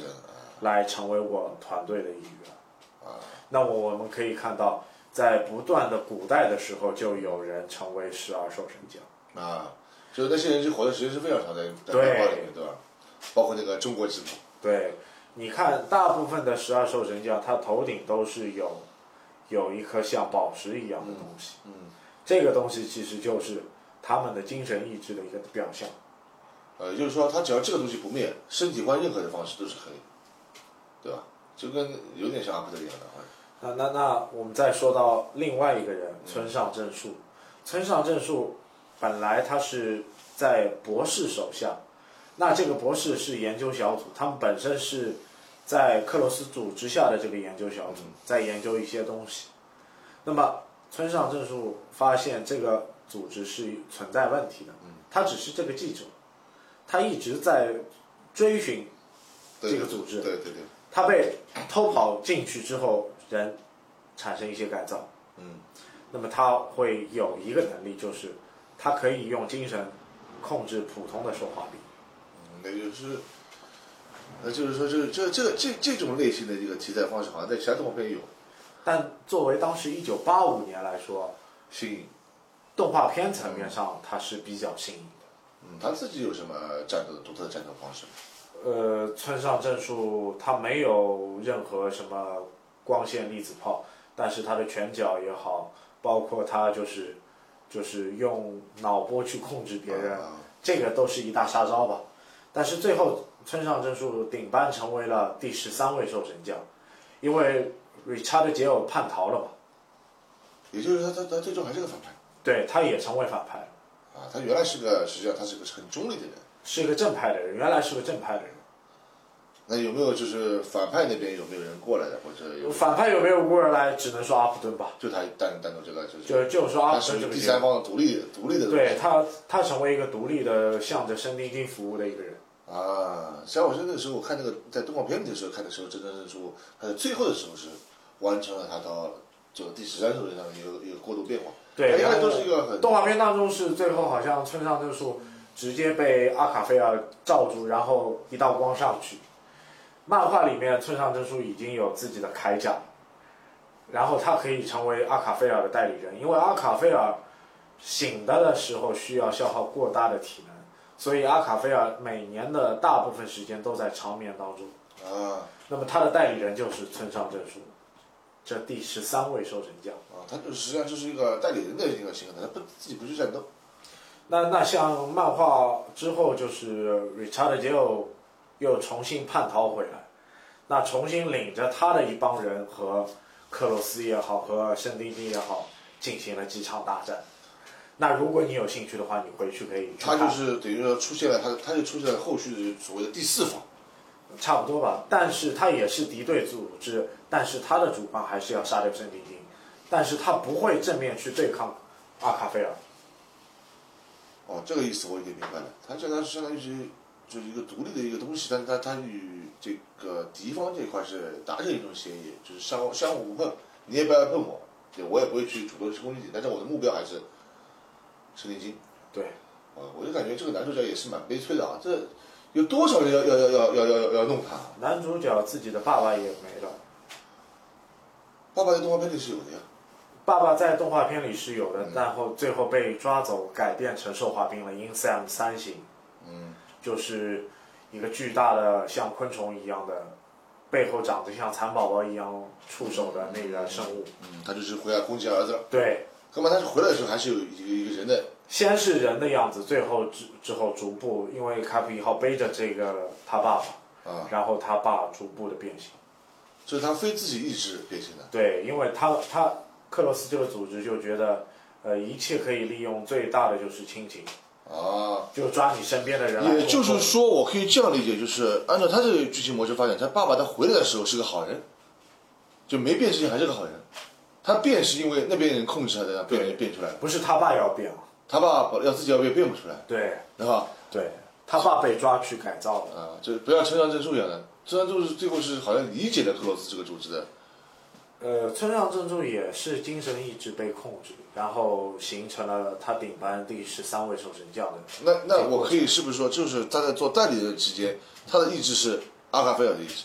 [SPEAKER 1] 来成为我团队的一员。那么我们可以看到，在不断的古代的时候，就有人成为十二兽神教。
[SPEAKER 2] 啊，就是那些人就活的时间是非常长的，在
[SPEAKER 1] 对
[SPEAKER 2] 漫画里面，对吧？包括那个中国支部，
[SPEAKER 1] 对，你看，大部分的十二兽神教，它头顶都是有有一颗像宝石一样的东西。嗯，这个东西其实就是他们的精神意志的一个表象。
[SPEAKER 2] 呃，就是说他只要这个东西不灭，身体换任何的方式都是可以，对吧？就跟有点像阿布德一样的，好像
[SPEAKER 1] 那那那我们再说到另外一个人，村上正树。村上正树本来他是在博士手下，那这个博士是研究小组，他们本身是在克罗斯组织下的这个研究小组，在研究一些东西。那么村上正树发现这个组织是存在问题的，他只是这个记者，他一直在追寻
[SPEAKER 2] 对
[SPEAKER 1] 这个组织
[SPEAKER 2] 对对对，
[SPEAKER 1] 他被偷跑进去之后，人产生一些改造。
[SPEAKER 2] 嗯，
[SPEAKER 1] 那么他会有一个能力，就是他可以用精神控制普通的说话力。
[SPEAKER 2] 嗯那就是，那就是说这这这这这种类型的一个题材方式，好像在其他动画片有
[SPEAKER 1] 但作为当时一九八五年来说，
[SPEAKER 2] 新颖。
[SPEAKER 1] 动画片层面上它是比较新颖的。
[SPEAKER 2] 嗯，他自己有什么战斗独特的战斗方式吗？
[SPEAKER 1] 呃，村上正树他没有任何什么光线粒子炮，但是他的拳脚也好，包括他就是就是用脑波去控制别人，
[SPEAKER 2] 啊
[SPEAKER 1] 这个都是一大杀招吧。但是最后村上正树顶班成为了第十三位兽神教，因为 Richard 杰尔叛逃了嘛，
[SPEAKER 2] 也就是他他他最终还是个反派
[SPEAKER 1] 对，他也成为反派了，
[SPEAKER 2] 啊，他原来是个实际上他是个很中立的人。
[SPEAKER 1] 是一个正派的人，原来是个正派的人。
[SPEAKER 2] 那有没有就是反派那边有没有人过来的，或者有
[SPEAKER 1] 反派有没有过来，只能说阿普顿吧，
[SPEAKER 2] 就他单单独这个就是
[SPEAKER 1] 就就说阿
[SPEAKER 2] 他
[SPEAKER 1] 普
[SPEAKER 2] 属
[SPEAKER 1] 顿
[SPEAKER 2] 于
[SPEAKER 1] 这个
[SPEAKER 2] 第
[SPEAKER 1] 角
[SPEAKER 2] 三
[SPEAKER 1] 色，
[SPEAKER 2] 方的独立独立的东西
[SPEAKER 1] 对他他成为一个独立的，向着生丁金服务的一个人。
[SPEAKER 2] 啊，实际上我是那个时候我看那个在动画片里的时候看的时候，真真正出他的最后的时候是完成了他到就第十三首上一个一个过渡变化，
[SPEAKER 1] 对
[SPEAKER 2] 他一
[SPEAKER 1] 然
[SPEAKER 2] 开
[SPEAKER 1] 后
[SPEAKER 2] 始都是一个很
[SPEAKER 1] 动画片当中是最后好像村上春树直接被阿卡菲尔罩住，然后一道光上去。漫画里面村上春树已经有自己的铠甲，然后他可以成为阿卡菲尔的代理人，因为阿卡菲尔醒的的时候需要消耗过大的体能，所以阿卡菲尔每年的大部分时间都在长眠当中。
[SPEAKER 2] 啊
[SPEAKER 1] 那么他的代理人就是村上春树，这第十三位受神将。
[SPEAKER 2] 啊，他就实际上就是一个代理人的一个形象，他不自己不去战斗，
[SPEAKER 1] 那那像漫画之后就是 Richard j e 又重新叛逃回来，那重新领着他的一帮人和克鲁斯也好，和圣丁金也好，进行了几场大战。那如果你有兴趣的话，你回去可以去
[SPEAKER 2] 他
[SPEAKER 1] 看，
[SPEAKER 2] 就是等于说出现了他他就出现了后续的所谓的第四方
[SPEAKER 1] 差不多吧。但是他也是敌对组织，但是他的主棒还是要杀掉圣丁金，但是他不会正面去对抗阿卡菲尔。
[SPEAKER 2] 哦，这个意思我已经明白了，他这个相当于是就是一个独立的一个东西，但是他他与这个敌方这一块是达成一种协议，就是相相互不碰，你也不要碰我，对我也不会去主动去攻击你，但是我的目标还是圣灵金
[SPEAKER 1] 对，
[SPEAKER 2] 啊，我就感觉这个男主角也是蛮悲催的啊，这有多少人要要要要要要要要弄他？啊
[SPEAKER 1] 男主角自己的爸爸也没了。
[SPEAKER 2] 爸爸在动画片里是有的呀，
[SPEAKER 1] 爸爸在动画片里是有的，
[SPEAKER 2] 嗯
[SPEAKER 1] 然后最后被抓走，改变成兽化兵了。Insam 三型，
[SPEAKER 2] 嗯，
[SPEAKER 1] 就是一个巨大的像昆虫一样的，背后长得像蚕宝宝一样触手的那个生物。
[SPEAKER 2] 嗯，他就是回来攻击儿子了，
[SPEAKER 1] 对，
[SPEAKER 2] 干嘛？但是回来的时候还是有一个一个人的
[SPEAKER 1] 先是人的样子，最后之之后逐步，因为开普一号背着这个他爸爸，
[SPEAKER 2] 啊，
[SPEAKER 1] 然后他爸逐步的变形。
[SPEAKER 2] 就是他非自己意志变形的。
[SPEAKER 1] 对，因为他他克罗斯这个组织就觉得，呃，一切可以利用，最大的就是亲情，
[SPEAKER 2] 啊，
[SPEAKER 1] 就抓你身边的人来做。
[SPEAKER 2] 也就是说，我可以这样理解，就是按照他这个剧情模式发展，他爸爸他回来的时候是个好人，就没变之前还是个好人。他变是因为那边人控制他的，变人变出来了。
[SPEAKER 1] 不是他爸要变了，啊
[SPEAKER 2] 他爸要自己要变变不出来，
[SPEAKER 1] 对
[SPEAKER 2] 对吧？
[SPEAKER 1] 对，他爸被抓去改造了，
[SPEAKER 2] 啊，就不像村上春树一样的，村上春树最后是好像理解了克罗斯这个组织的，
[SPEAKER 1] 呃，村上正助也是精神意志被控制，然后形成了他顶班第十三位守神教的，
[SPEAKER 2] 那那我可以是不是说，就是他在做代理人期间，他的意志是阿卡菲尔的意志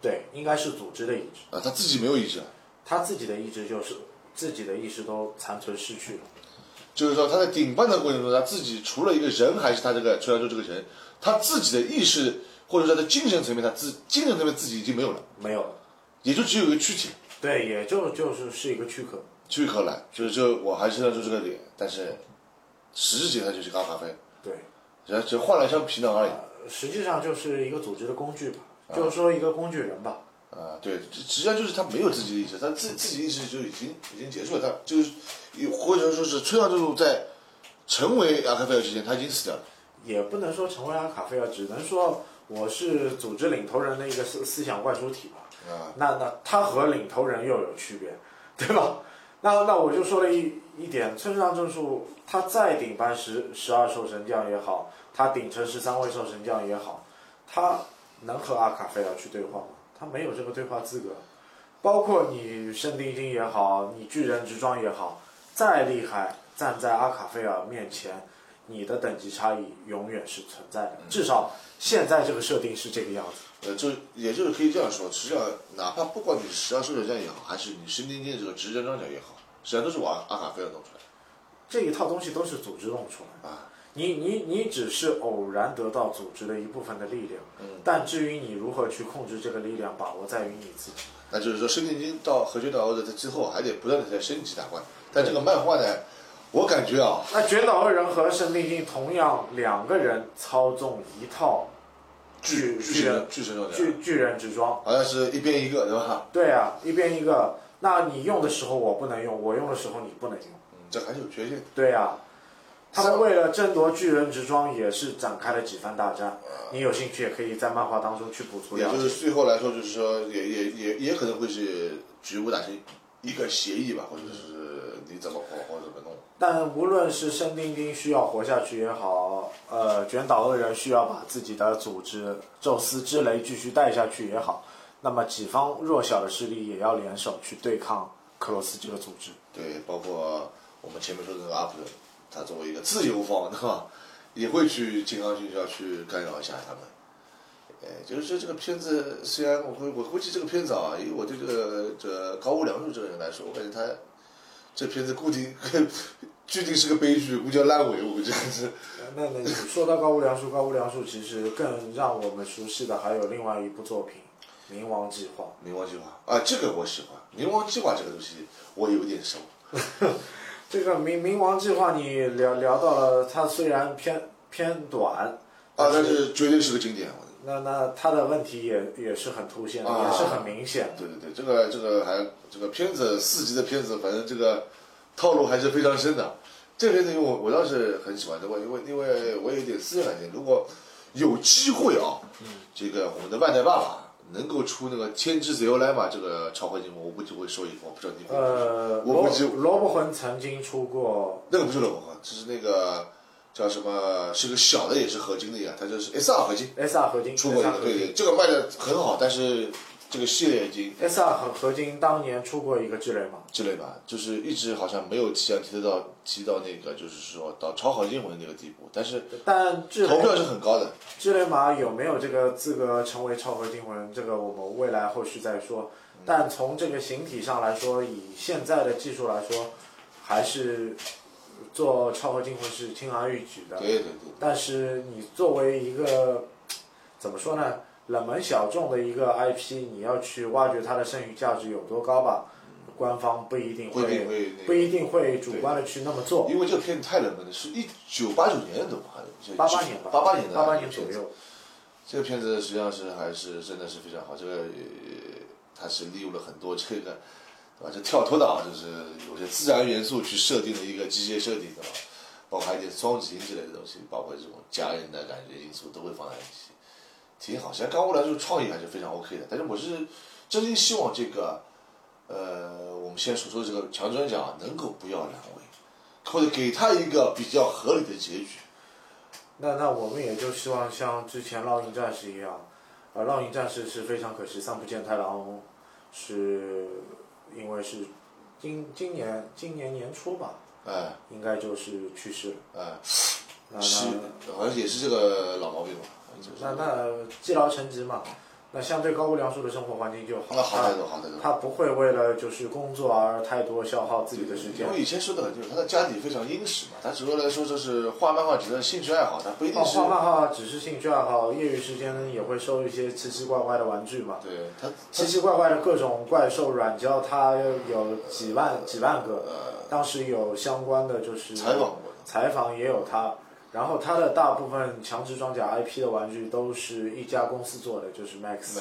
[SPEAKER 1] 对，应该是组织的意志，
[SPEAKER 2] 啊，他自己没有意志啊，
[SPEAKER 1] 他自己的意志就是自己的意识都残存失去了，
[SPEAKER 2] 就是说他在顶班的过程中，他自己除了一个人，还是他这个崔良洲这个人，他自己的意识或者说他的精神层面，他自精神层面自己已经没有了，
[SPEAKER 1] 没有了，
[SPEAKER 2] 也就只有一个躯体，
[SPEAKER 1] 对，也就就是是一个躯壳，
[SPEAKER 2] 躯壳了，就是就我还是认出这个脸，但是实质上他就是个阿卡菲，
[SPEAKER 1] 对，
[SPEAKER 2] 只只换了一张皮囊而已
[SPEAKER 1] 呃实际上就是一个组织的工具吧，就是说一个工具人吧，
[SPEAKER 2] 啊，对，实际上就是他没有自己的意识，他自自己意识就已经已经结束了，他就是或者说是崔良洲在成为阿卡菲尔之前，他已经死掉了。
[SPEAKER 1] 也不能说成为阿卡菲尔，啊只能说我是组织领头人的一个思思想灌输体吧。
[SPEAKER 2] 啊，
[SPEAKER 1] 那那他和领头人又有区别， (laughs) 对吧？那那我就说了一一点，村上正树他再顶班十十二兽神将也好，他顶成十三位兽神将也好，他能和阿卡菲尔去对话吗？他没有这个对话资格。包括你圣地金也好，你巨人之装也好，再厉害，站在阿卡菲尔面前，你的等级差异永远是存在的。至少现在这个设定是这个样子。
[SPEAKER 2] 呃，就也就是可以这样说，实际上哪怕不管你是十二手脚匠也好，还是你神经经这个直接装甲也好，实际上都是往阿卡菲尔弄出来的。
[SPEAKER 1] 这一套东西都是组织弄出来的。你你你只是偶然得到组织的一部分的力量，但至于你如何去控制这个力量，把握在于你自己。
[SPEAKER 2] 那就是说，神经经到合金岛或者在之后，还得不断的在升级打怪。但这个漫画呢，我感觉啊，
[SPEAKER 1] 那卷岛恶人和神力镜同样两个人操纵一套
[SPEAKER 2] 巨
[SPEAKER 1] 巨
[SPEAKER 2] 巨人
[SPEAKER 1] 人
[SPEAKER 2] 巨神少年，
[SPEAKER 1] 巨巨人之装。
[SPEAKER 2] 好像是一边一个对吧？
[SPEAKER 1] 对啊，一边一个，那你用的时候我不能用，我用的时候你不能用。
[SPEAKER 2] 嗯，这还是有缺陷。
[SPEAKER 1] 对啊，他
[SPEAKER 2] 三
[SPEAKER 1] 们为了争夺巨人之装也是展开了几番大战。你有兴趣也可以在漫画当中去补足
[SPEAKER 2] 也
[SPEAKER 1] 了
[SPEAKER 2] 就
[SPEAKER 1] 解。
[SPEAKER 2] 是最后来说，就是说也也也也可能会是局部达成一个协议吧，或者是你怎么搞或者怎么弄。
[SPEAKER 1] 但无论是圣丁丁需要活下去也好，呃，卷岛恶人需要把自己的组织宙斯之雷继续带下去也好，那么几方弱小的势力也要联手去对抗克罗斯这个组织。
[SPEAKER 2] 对，包括我们前面说的那个 UP 主，他作为一个自由方， (laughs) 对吧？也会去金刚训校去干扰一下他们。呃，就是说这个片子，虽然我会我估计这个片子啊，以我对这个这高屋良树这个人来说，我感觉他这片子固定 (laughs) 注定是个悲剧，估计要烂尾，我估计是。
[SPEAKER 1] 呃那那你说到高屋梁树，高屋梁树其实更让我们熟悉的还有另外一部作品《冥王计划》。
[SPEAKER 2] 冥王计划啊，这个我喜欢。冥王计划这个东西我有点熟，
[SPEAKER 1] 这个冥冥王计划你聊聊到了，它虽然偏偏短，
[SPEAKER 2] 啊，但是绝对是个经典。我
[SPEAKER 1] 那那它的问题也也是很凸显的，
[SPEAKER 2] 啊
[SPEAKER 1] 也是很明显的。
[SPEAKER 2] 对对对，这个这个还这个片子四集的片子，反正这个套路还是非常深的。这个片子因为我我倒是很喜欢的，我因为因为我有点私人感情，如果有机会啊，
[SPEAKER 1] 嗯
[SPEAKER 2] 这个我们的万代爸爸能够出那个《天之自由来嘛》这个超合金，我估计会收一个，我不知道你会不会收。
[SPEAKER 1] 呃，
[SPEAKER 2] 我
[SPEAKER 1] 罗
[SPEAKER 2] 估计
[SPEAKER 1] 罗伯魂曾经出过，
[SPEAKER 2] 那个不是冷光，这是那个叫什么？是个小的，也是合金的呀，它就是 S R 合金。
[SPEAKER 1] S R 合金
[SPEAKER 2] 出过一
[SPEAKER 1] ，S R
[SPEAKER 2] 个，
[SPEAKER 1] 合
[SPEAKER 2] 对
[SPEAKER 1] 金
[SPEAKER 2] 对，这个卖的很好，但是这个系列已经
[SPEAKER 1] ，S R 合合金当年出过一个之类嘛，
[SPEAKER 2] 之类吧，就是一直好像没有提前提到提到那个，就是说到超好英文那个地步，但是
[SPEAKER 1] 但之
[SPEAKER 2] 投
[SPEAKER 1] 类
[SPEAKER 2] 票是很高的。
[SPEAKER 1] 之类马有没有这个资格成为超合金魂，这个我们未来后续再说。
[SPEAKER 2] 嗯
[SPEAKER 1] 但从这个形体上来说，以现在的技术来说，还是做超合金魂是轻而易举的。
[SPEAKER 2] 对对对，
[SPEAKER 1] 但是你作为一个怎么说呢，冷门小众的一个 IP，你要去挖掘它的剩余价值有多高吧？官方不一定
[SPEAKER 2] 会
[SPEAKER 1] 会
[SPEAKER 2] 嗯不会
[SPEAKER 1] 不
[SPEAKER 2] 那
[SPEAKER 1] 一定会主观的去那么做
[SPEAKER 2] 个？。因为这个片子太冷门了，是一九八九年的东西，好像是
[SPEAKER 1] 八八年吧，
[SPEAKER 2] 八八年的
[SPEAKER 1] 八八年左
[SPEAKER 2] 片子
[SPEAKER 1] 右。
[SPEAKER 2] 这个片子实际上是还是真的是非常好，这个呃，它是利用了很多这个，对吧？这跳脱的啊，就是有些自然元素去设定的一个机械设定，对吧？包括还有点双极音之类的东西，包括这种家人的感觉因素都会放在一起，挺好。现在刚过来说创意还是非常 OK 的，但是我是真心希望这个，呃，我们现在所说的这个强专奖能够不要阑尾，或者给他一个比较合理的结局。
[SPEAKER 1] 那那我们也就希望像之前烙印战士一样，呃，烙印战士是非常可惜，三浦健太郎是因为是今今年今年年初吧，
[SPEAKER 2] 哎
[SPEAKER 1] 应该就是去世了。
[SPEAKER 2] 哎，
[SPEAKER 1] 那
[SPEAKER 2] 是
[SPEAKER 1] 那，
[SPEAKER 2] 好像也是这个老毛病吧。就是
[SPEAKER 1] 那那积劳成疾嘛，那相对高屋梁树的生活环境就好，
[SPEAKER 2] 那好
[SPEAKER 1] 他
[SPEAKER 2] 太多，好太多。
[SPEAKER 1] 他不会为了就是工作而太多消耗自己的时间
[SPEAKER 2] 因。为以前说的很清楚，他的家底非常殷实嘛，他只是来说这是画漫画只是兴趣爱好，他不一
[SPEAKER 1] 画
[SPEAKER 2] 定是。
[SPEAKER 1] 画漫画只是兴趣爱好，业余时间也会收一些奇奇怪怪的玩具嘛。
[SPEAKER 2] 对他，
[SPEAKER 1] 奇奇怪怪的各种怪兽软胶，它有几万几万个。当时有相关的就是
[SPEAKER 2] 呃采访过的
[SPEAKER 1] 采访也有它。然后它的大部分强制装甲 IP 的玩具都是一家公司做的，就是 Max。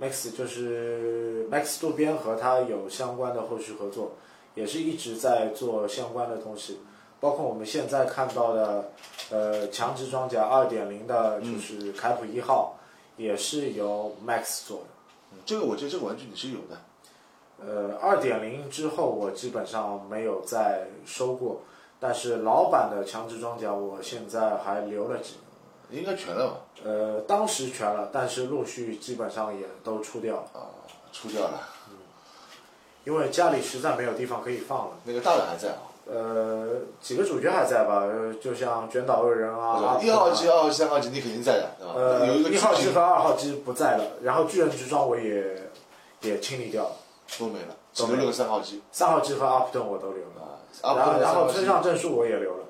[SPEAKER 1] Max 就是 Max 渡边和他有相关的后续合作，也是一直在做相关的东西，包括我们现在看到的，呃，强制装甲二点零的，
[SPEAKER 2] 嗯
[SPEAKER 1] 就是凯普一号，也是由 Max 做的。
[SPEAKER 2] 嗯这个我觉得这个玩具你是有的，
[SPEAKER 1] 呃，二点零之后我基本上没有再收过，但是老版的强制装甲我现在还留了几，
[SPEAKER 2] 应该全了吧？
[SPEAKER 1] 呃，当时全了，但是陆续基本上也都出掉了，
[SPEAKER 2] 啊，出掉了，
[SPEAKER 1] 因为家里实在没有地方可以放了。
[SPEAKER 2] 那个大的还在啊。
[SPEAKER 1] 呃，几个主角还在吧？呃就像卷岛恶人啊，
[SPEAKER 2] 对吧一号机、二号机、三号机你肯定在的，对吧？
[SPEAKER 1] 呃，
[SPEAKER 2] 有一个
[SPEAKER 1] 一号机
[SPEAKER 2] 巨
[SPEAKER 1] 和二号机不在了，然后巨人之装我也也清理掉了，
[SPEAKER 2] 型都没了，只留了个三号机
[SPEAKER 1] 三号机和阿普顿我都留了，
[SPEAKER 2] 啊。
[SPEAKER 1] 然后然后村
[SPEAKER 2] 啊，
[SPEAKER 1] 上正树我也留了，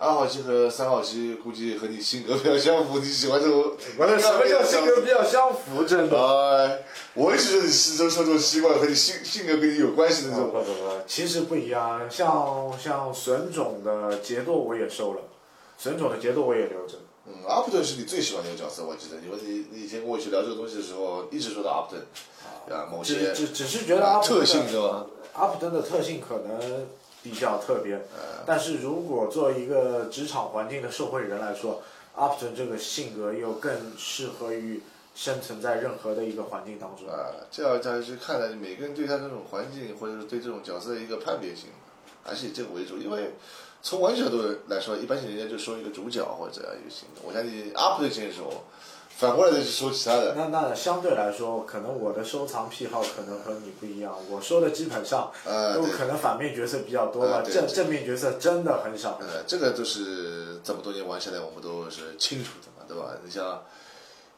[SPEAKER 2] 二号机和三号机估计和你性格比较相符，你喜欢这种，
[SPEAKER 1] 我的什么叫性格比较相符？真的。
[SPEAKER 2] 哎，我一直觉得你是这受众习惯和你性性格跟你有关系的那
[SPEAKER 1] 不不
[SPEAKER 2] 种。
[SPEAKER 1] 不不，呃其实不一样，像像损种的节奏我也收了，损种的节奏我也留着，
[SPEAKER 2] 嗯，阿普顿是你最喜欢的一个角色，我记得你们你你以前跟我去聊这个东西的时候，一直说到阿普顿，啊，某
[SPEAKER 1] 只
[SPEAKER 2] 些
[SPEAKER 1] 只只是觉得阿普顿
[SPEAKER 2] 特性对吧？
[SPEAKER 1] 阿普顿的特性可能比较特别，但是如果作为一个职场环境的社会人来说，阿普顿这个性格又更适合于生存在任何的一个环境当中。
[SPEAKER 2] 啊，这要这样去看来，每个人对他这种环境或者是对这种角色的一个判别性，还是以这个为主。因为从玩角度来说，一般性人家就说一个主角或者一个行动。我相信阿普的这时候，反过来再去说其他的。
[SPEAKER 1] 那那相对来说，可能我的收藏癖好可能和你不一样。我说的基本上
[SPEAKER 2] 呃
[SPEAKER 1] 都
[SPEAKER 2] 对
[SPEAKER 1] 可能反面角色比较多吧
[SPEAKER 2] 呃，对
[SPEAKER 1] 正
[SPEAKER 2] 对
[SPEAKER 1] 正面角色真的很少。
[SPEAKER 2] 呃，这个都是这么多年玩下来，我们都是清楚的嘛，对吧？你像，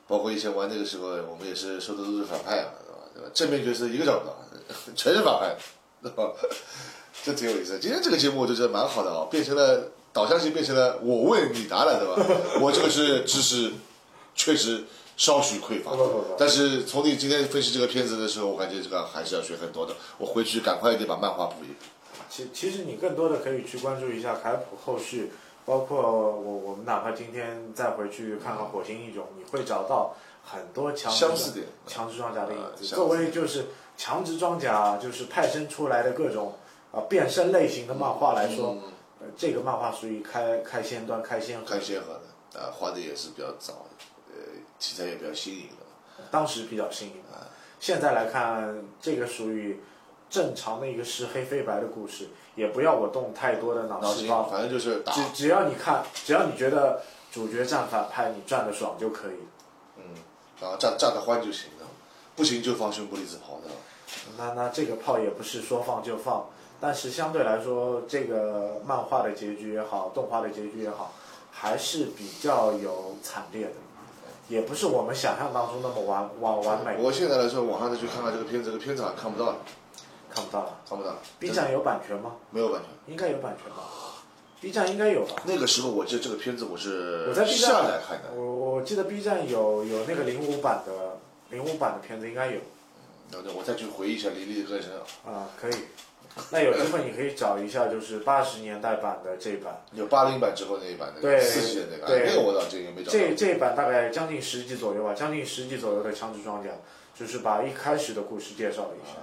[SPEAKER 2] 包括以前玩那个时候，我们也是说的都是反派嘛，对吧？对吧？正面角色一个找不到， (laughs) 全是反派，对吧？ (laughs) 这挺有意思。今天这个节目我就觉得蛮好的哦，变成了导向性，变成了我问你答了，对吧？ (laughs) 我这个是知识确实稍许匮乏
[SPEAKER 1] 不不不，
[SPEAKER 2] 但是从你今天分析这个片子的时候，我感觉这个还是要学很多的。我回去赶快得把漫画补一补。
[SPEAKER 1] 其其实你更多的可以去关注一下凯普后续，包括我我们哪怕今天再回去看看《火星异种》，你会找到很多强制
[SPEAKER 2] 嗯相似点
[SPEAKER 1] 强制装甲的影
[SPEAKER 2] 呃
[SPEAKER 1] 子。
[SPEAKER 2] 相似
[SPEAKER 1] 作为就是强制装甲就是派生出来的各种啊、呃变身类型的漫画来说，
[SPEAKER 2] 嗯
[SPEAKER 1] 呃这个漫画属于开开先端开先河，
[SPEAKER 2] 看先河的，啊，画的也是比较早，呃，题材也比较新颖的，
[SPEAKER 1] 当时比较新颖。现在来看，这个属于正常的一个是黑非白的故事，也不要我动太多的脑
[SPEAKER 2] 脑
[SPEAKER 1] 细
[SPEAKER 2] 筋
[SPEAKER 1] 胞。
[SPEAKER 2] 反正就是打
[SPEAKER 1] 只，只要你看，只要你觉得主角战反派，你赚的爽就可以。
[SPEAKER 2] 然后炸炸啊得欢就行了，不行就放胸玻璃子跑的。
[SPEAKER 1] 那那这个炮也不是说放就放，但是相对来说，这个漫画的结局也好，动画的结局也好，还是比较有惨烈的，也不是我们想象当中那么完完完美，
[SPEAKER 2] 我现在来说，网上再去看看这个片子，这个片子啊看不到了，
[SPEAKER 1] 看不到了。
[SPEAKER 2] 看不到了
[SPEAKER 1] B 站有版权吗？
[SPEAKER 2] 没有版权。
[SPEAKER 1] 应该有版权吧？B 站应该有吧？
[SPEAKER 2] 那个时候我记得这个片子我是
[SPEAKER 1] 我在 B 站
[SPEAKER 2] 下来看的，
[SPEAKER 1] 我我记得 B 站有有那个零五版的零五版的片子应该有。
[SPEAKER 2] 然后我再去回忆一下《黎黎的歌声》，
[SPEAKER 1] 啊，可以。那有机会你可以找一下，就是八十年代版的这一版，
[SPEAKER 2] 有八零版之后那一版那个
[SPEAKER 1] 对
[SPEAKER 2] 四十年那个，
[SPEAKER 1] 对
[SPEAKER 2] 哎那个我倒这个没找到。
[SPEAKER 1] 这这一版大概将近十集左右吧，将近十集左右的枪支装甲，就是把一开始的故事介绍了一下，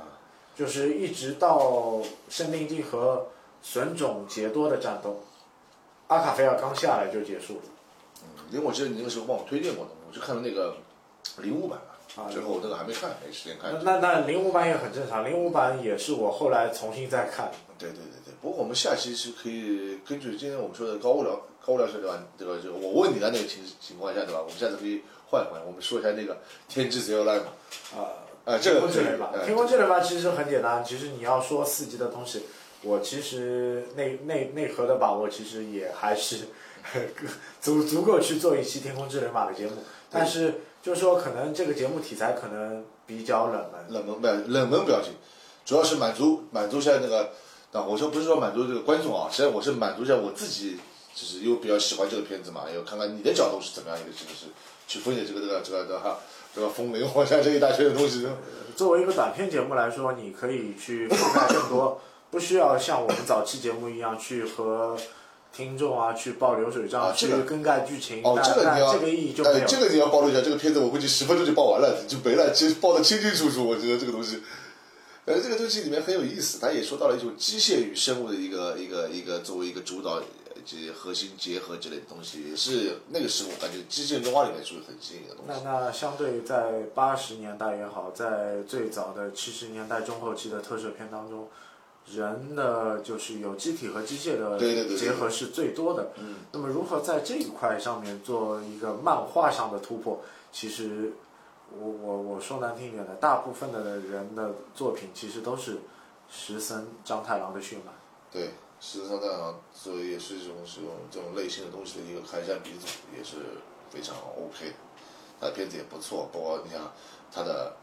[SPEAKER 1] 就是一直到生命镜和损种杰多的战斗，阿卡菲尔刚下来就结束了
[SPEAKER 2] 因为我记得你那个时候帮我推荐过的，我就看了那个零五版
[SPEAKER 1] 啊
[SPEAKER 2] 之后我那个还没看，没时间看。。
[SPEAKER 1] 呃那那那零五版也很正常，零五版也是我后来重新再看，
[SPEAKER 2] 对对对对，不过我们下期是可以根据今天我们说的高物聊高物聊社对吧？这个这个我问你的那个情情况下对吧？我们下次可以换一换，我们说一下那个《天之 Zero Line》嘛。
[SPEAKER 1] 啊、
[SPEAKER 2] 啊，这
[SPEAKER 1] 天
[SPEAKER 2] 个
[SPEAKER 1] 空之
[SPEAKER 2] 这
[SPEAKER 1] 雷
[SPEAKER 2] 个
[SPEAKER 1] 吧，
[SPEAKER 2] 呃
[SPEAKER 1] 天空之雷吧，其实很简单。其实你要说四级的东西，我其实内内内核的把握，其实也还是足足够去做一期天空之雷马的节目。但是就说可能这个节目题材可能比较冷门，
[SPEAKER 2] 冷门表冷门表情，主要是满足满足一下那个，那我说不是说满足这个观众啊，实际上我是满足一下我自己，就是又比较喜欢这个片子嘛，又看看你的角度是怎么样一个，就是去分解这个这个这个这个哈这个风林火山这一大圈的东西。
[SPEAKER 1] 作为一个短片节目来说，你可以去覆盖更
[SPEAKER 2] (laughs)
[SPEAKER 1] 多，不需要像我们早期节目一样去和听众啊去报流水账，
[SPEAKER 2] 啊这
[SPEAKER 1] 去
[SPEAKER 2] 个
[SPEAKER 1] 更改剧情。
[SPEAKER 2] 哦，
[SPEAKER 1] 但
[SPEAKER 2] 这个
[SPEAKER 1] 但
[SPEAKER 2] 你要，
[SPEAKER 1] 这个意义就没有
[SPEAKER 2] 哎，
[SPEAKER 1] 了。
[SPEAKER 2] 这个你要暴露一下，这个片子我估计十分钟就报完了，就没了，其实报的清清楚楚。我觉得这个东西，呃，这个东西里面很有意思，它也说到了一种机械与生物的一个一个一个作为一个主导以及核心结合之类的东西，也是那个时候我感觉机械动画里面属于很新颖的东
[SPEAKER 1] 那
[SPEAKER 2] 西。
[SPEAKER 1] 那相对在八十年代也好，在最早的七十年代中后期的特摄片当中，人的就是有机体和机械的
[SPEAKER 2] 对对对对
[SPEAKER 1] 结合是最多的。嗯。那么如何在这一块上面做一个漫画上的突破？其实我我我说难听一点的，大部分的人的作品其实都是石森章太郎的血脉。
[SPEAKER 2] 对，事实上当然，所啊以也是这种这种这种类型的东西的一个开山鼻祖，也是非常 OK 的。他的片子也不错，包括你像他的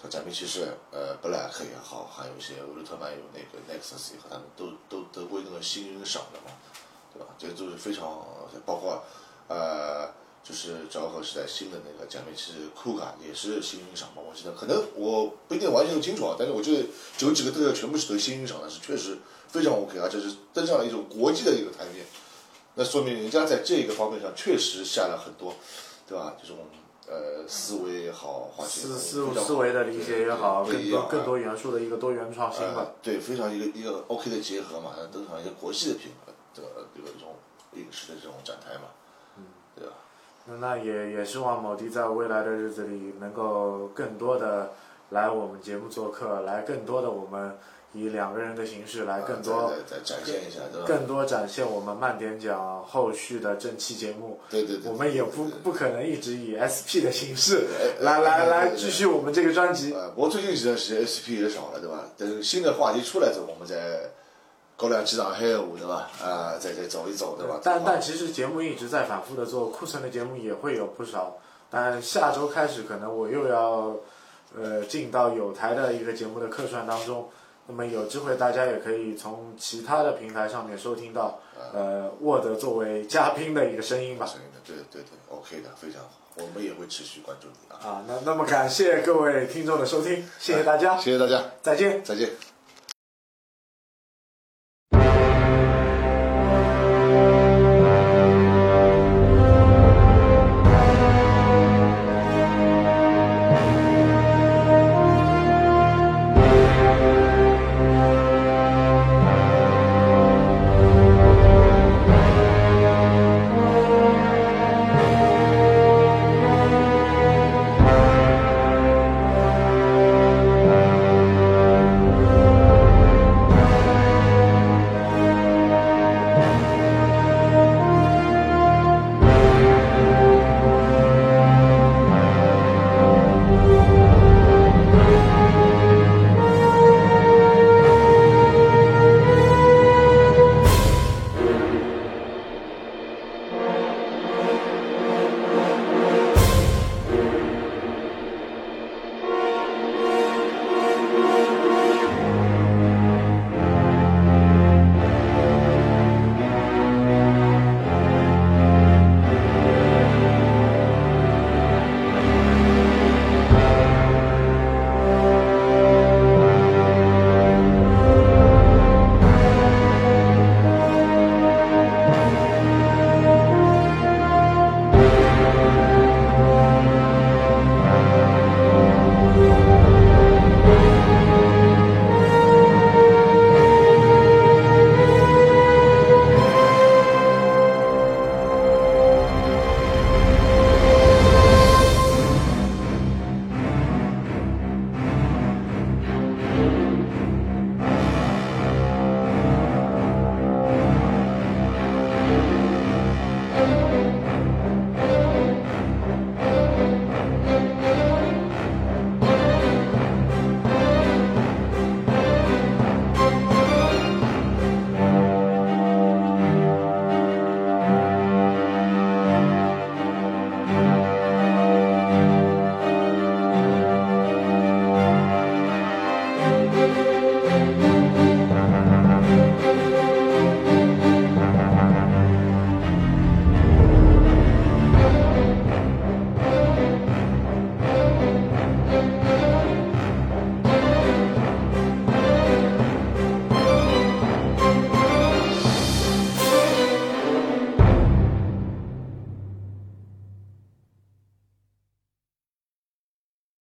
[SPEAKER 2] 像《假面骑士》呃《Black》也好，还有一些《乌鲁特曼》有那个 Nexus 也好，他们都都得过那个星云赏的嘛，对吧？这都是非常包括呃。就是昭和时代新的那个假面骑士酷卡也是星云赏吧，我记得可能我不一定完全清楚啊，但是我记得有几个啊特效全部是得星云赏的，是确实非常 OK，而且是登上了一种国际的一个台面，那说明人家在这个方面上确实下了很多，对吧？这种呃思维也好，话题也
[SPEAKER 1] 思
[SPEAKER 2] 好
[SPEAKER 1] 思
[SPEAKER 2] 非常
[SPEAKER 1] 思维的理解也好，
[SPEAKER 2] 对
[SPEAKER 1] 更
[SPEAKER 2] 也
[SPEAKER 1] 多
[SPEAKER 2] 好
[SPEAKER 1] 更多元素的一个多元创新吧。
[SPEAKER 2] 呃，对，非常一个一个 OK 的结合嘛，登上一个国际的品牌这个这个这种影视的这种展台嘛，嗯，对吧？
[SPEAKER 1] 那那也也希望某迪在未来的日子里能够更多的来我们节目做客，来更多的我们以两个人的形式来更多、
[SPEAKER 2] 啊再再再展现一下，对吧？
[SPEAKER 1] 更多展现我们慢点讲后续的正期节目。
[SPEAKER 2] 对对对，
[SPEAKER 1] 我们也不不可能一直以 SP 的形式
[SPEAKER 2] 哎
[SPEAKER 1] 来来
[SPEAKER 2] 哎
[SPEAKER 1] 来
[SPEAKER 2] 对
[SPEAKER 1] 继续我们这个专辑。
[SPEAKER 2] 呃，不过最近这段时间 SP 也少了，对吧？等新的话题出来之后，我们再搞两期上海话，对吧？啊、再再走一走，对吧？
[SPEAKER 1] 但但其实节目一直在反复的做，库存的节目也会有不少。但下周开始，可能我又要呃进到有台的一个节目的客串当中。那么有机会，大家也可以从其他的平台上面收听到，呃，沃德作为嘉宾的一个声音吧。
[SPEAKER 2] 声音的，对对对，OK 的，非常好，我们也会持续关注你啊。
[SPEAKER 1] 啊，那那么感谢各位听众的收听，谢谢大家，
[SPEAKER 2] 嗯谢谢大家，
[SPEAKER 1] 再见。
[SPEAKER 2] 再见。